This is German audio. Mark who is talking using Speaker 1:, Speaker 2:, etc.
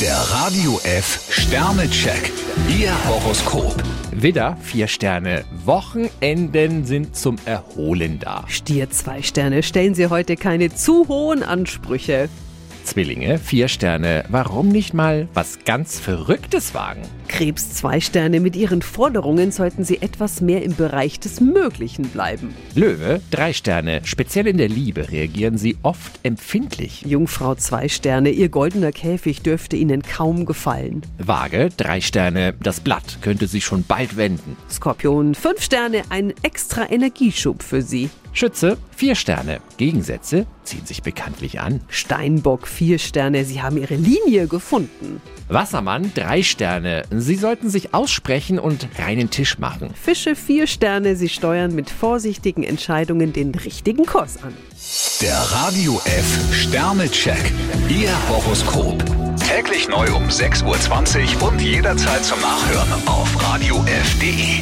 Speaker 1: Der Radio F Sternecheck. Ihr Horoskop.
Speaker 2: Widder, vier Sterne. Wochenenden sind zum Erholen da.
Speaker 3: Stier zwei Sterne, stellen Sie heute keine zu hohen Ansprüche.
Speaker 2: Zwillinge, vier Sterne. Warum nicht mal was ganz Verrücktes wagen?
Speaker 3: Krebs zwei Sterne, mit Ihren Forderungen sollten Sie etwas mehr im Bereich des Möglichen bleiben.
Speaker 2: Löwe, drei Sterne. Speziell in der Liebe reagieren sie oft empfindlich.
Speaker 3: Jungfrau zwei Sterne, Ihr goldener Käfig dürfte Ihnen kaum gefallen.
Speaker 2: Waage, drei Sterne. Das Blatt könnte sich schon bald wenden.
Speaker 3: Skorpion fünf Sterne, ein extra Energieschub für Sie.
Speaker 2: Schütze, vier Sterne. Gegensätze ziehen sich bekanntlich an.
Speaker 3: Steinbock vier Sterne, Sie haben Ihre Linie gefunden.
Speaker 2: Wassermann, drei Sterne. Sie sollten sich aussprechen und reinen Tisch machen.
Speaker 3: Fische vier Sterne, Sie steuern mit vorsichtigen Entscheidungen den richtigen Kurs an.
Speaker 1: Der Radio F Sternecheck. Ihr Horoskop. Täglich neu um 6.20 Uhr und jederzeit zum Nachhören auf Radio radiof.de.